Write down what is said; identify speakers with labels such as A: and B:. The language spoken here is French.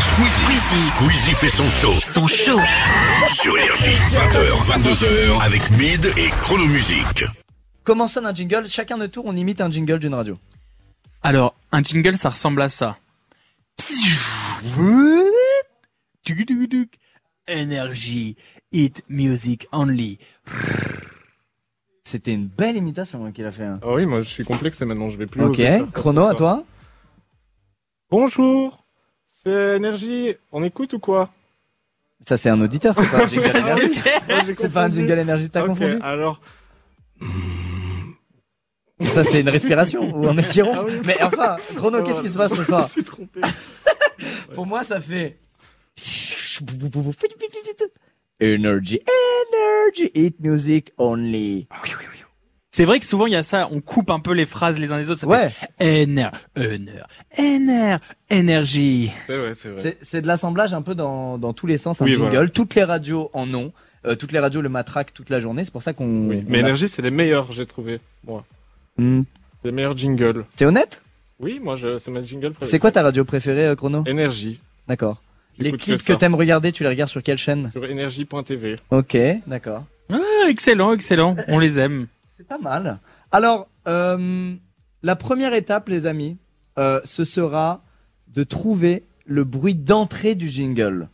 A: Squeezie. Squeezie. fait son show
B: Son show.
A: sur Énergie. 20h, 22h avec Mid et Chronomusique.
C: Comment sonne un jingle Chacun de tour, on imite un jingle d'une radio.
D: Alors, un jingle, ça ressemble à ça. Energy, it music only.
C: C'était une belle imitation hein, qu'il a fait. hein.
E: Ah oui, moi je suis complexé maintenant, je vais plus.
C: Ok,
E: oser faire ça
C: chrono
E: ce
C: à
E: soir.
C: toi.
E: Bonjour, c'est Énergie, on écoute ou quoi
C: Ça c'est un auditeur, c'est pas un
E: Ah,
C: jingle énergie. C'est pas un jingle énergie, t'as
E: Ok,
C: confondu
E: alors.
C: Ça c'est une respiration ou un expirant.
E: Ah oui.
C: Mais enfin, chrono,
E: euh,
C: qu'est-ce qui se passe ce soir
E: Je me suis trompé.
C: Pour moi, ça fait. Energy, energy, it music only.
E: Ah
D: C'est vrai que souvent il y a ça, on coupe un peu les phrases les uns des autres. Ça
C: Ouais,
D: fait NR, NR, NR, énergie.
E: C'est vrai, c'est vrai.
C: c'est c'est de l'assemblage un peu dans, dans tous les sens, un
E: Oui,
C: jingle.
E: voilà.
C: Toutes les radios en ont. euh, toutes les radios le matraquent toute la journée, c'est pour ça qu'on.
E: Oui,
C: on
E: mais
C: a-
E: Énergie, c'est les meilleurs, j'ai trouvé. Moi,
C: Hmm,
E: c'est les meilleurs jingles.
C: C'est honnête
E: Oui, moi, je... c'est ma jingle préférée.
C: C'est quoi ta radio préférée, euh, Chrono
E: Énergie.
C: D'accord. Les
E: J'écoute
C: clips que
E: ça.
C: t'aimes regarder, tu les regardes sur quelle chaîne
E: Sur énergie.tv.
C: Ok, d'accord.
D: Ah, excellent, excellent, on les aime.
C: C'est pas mal. Alors, euh, la première étape, les amis, euh, ce sera de trouver le bruit d'entrée du jingle.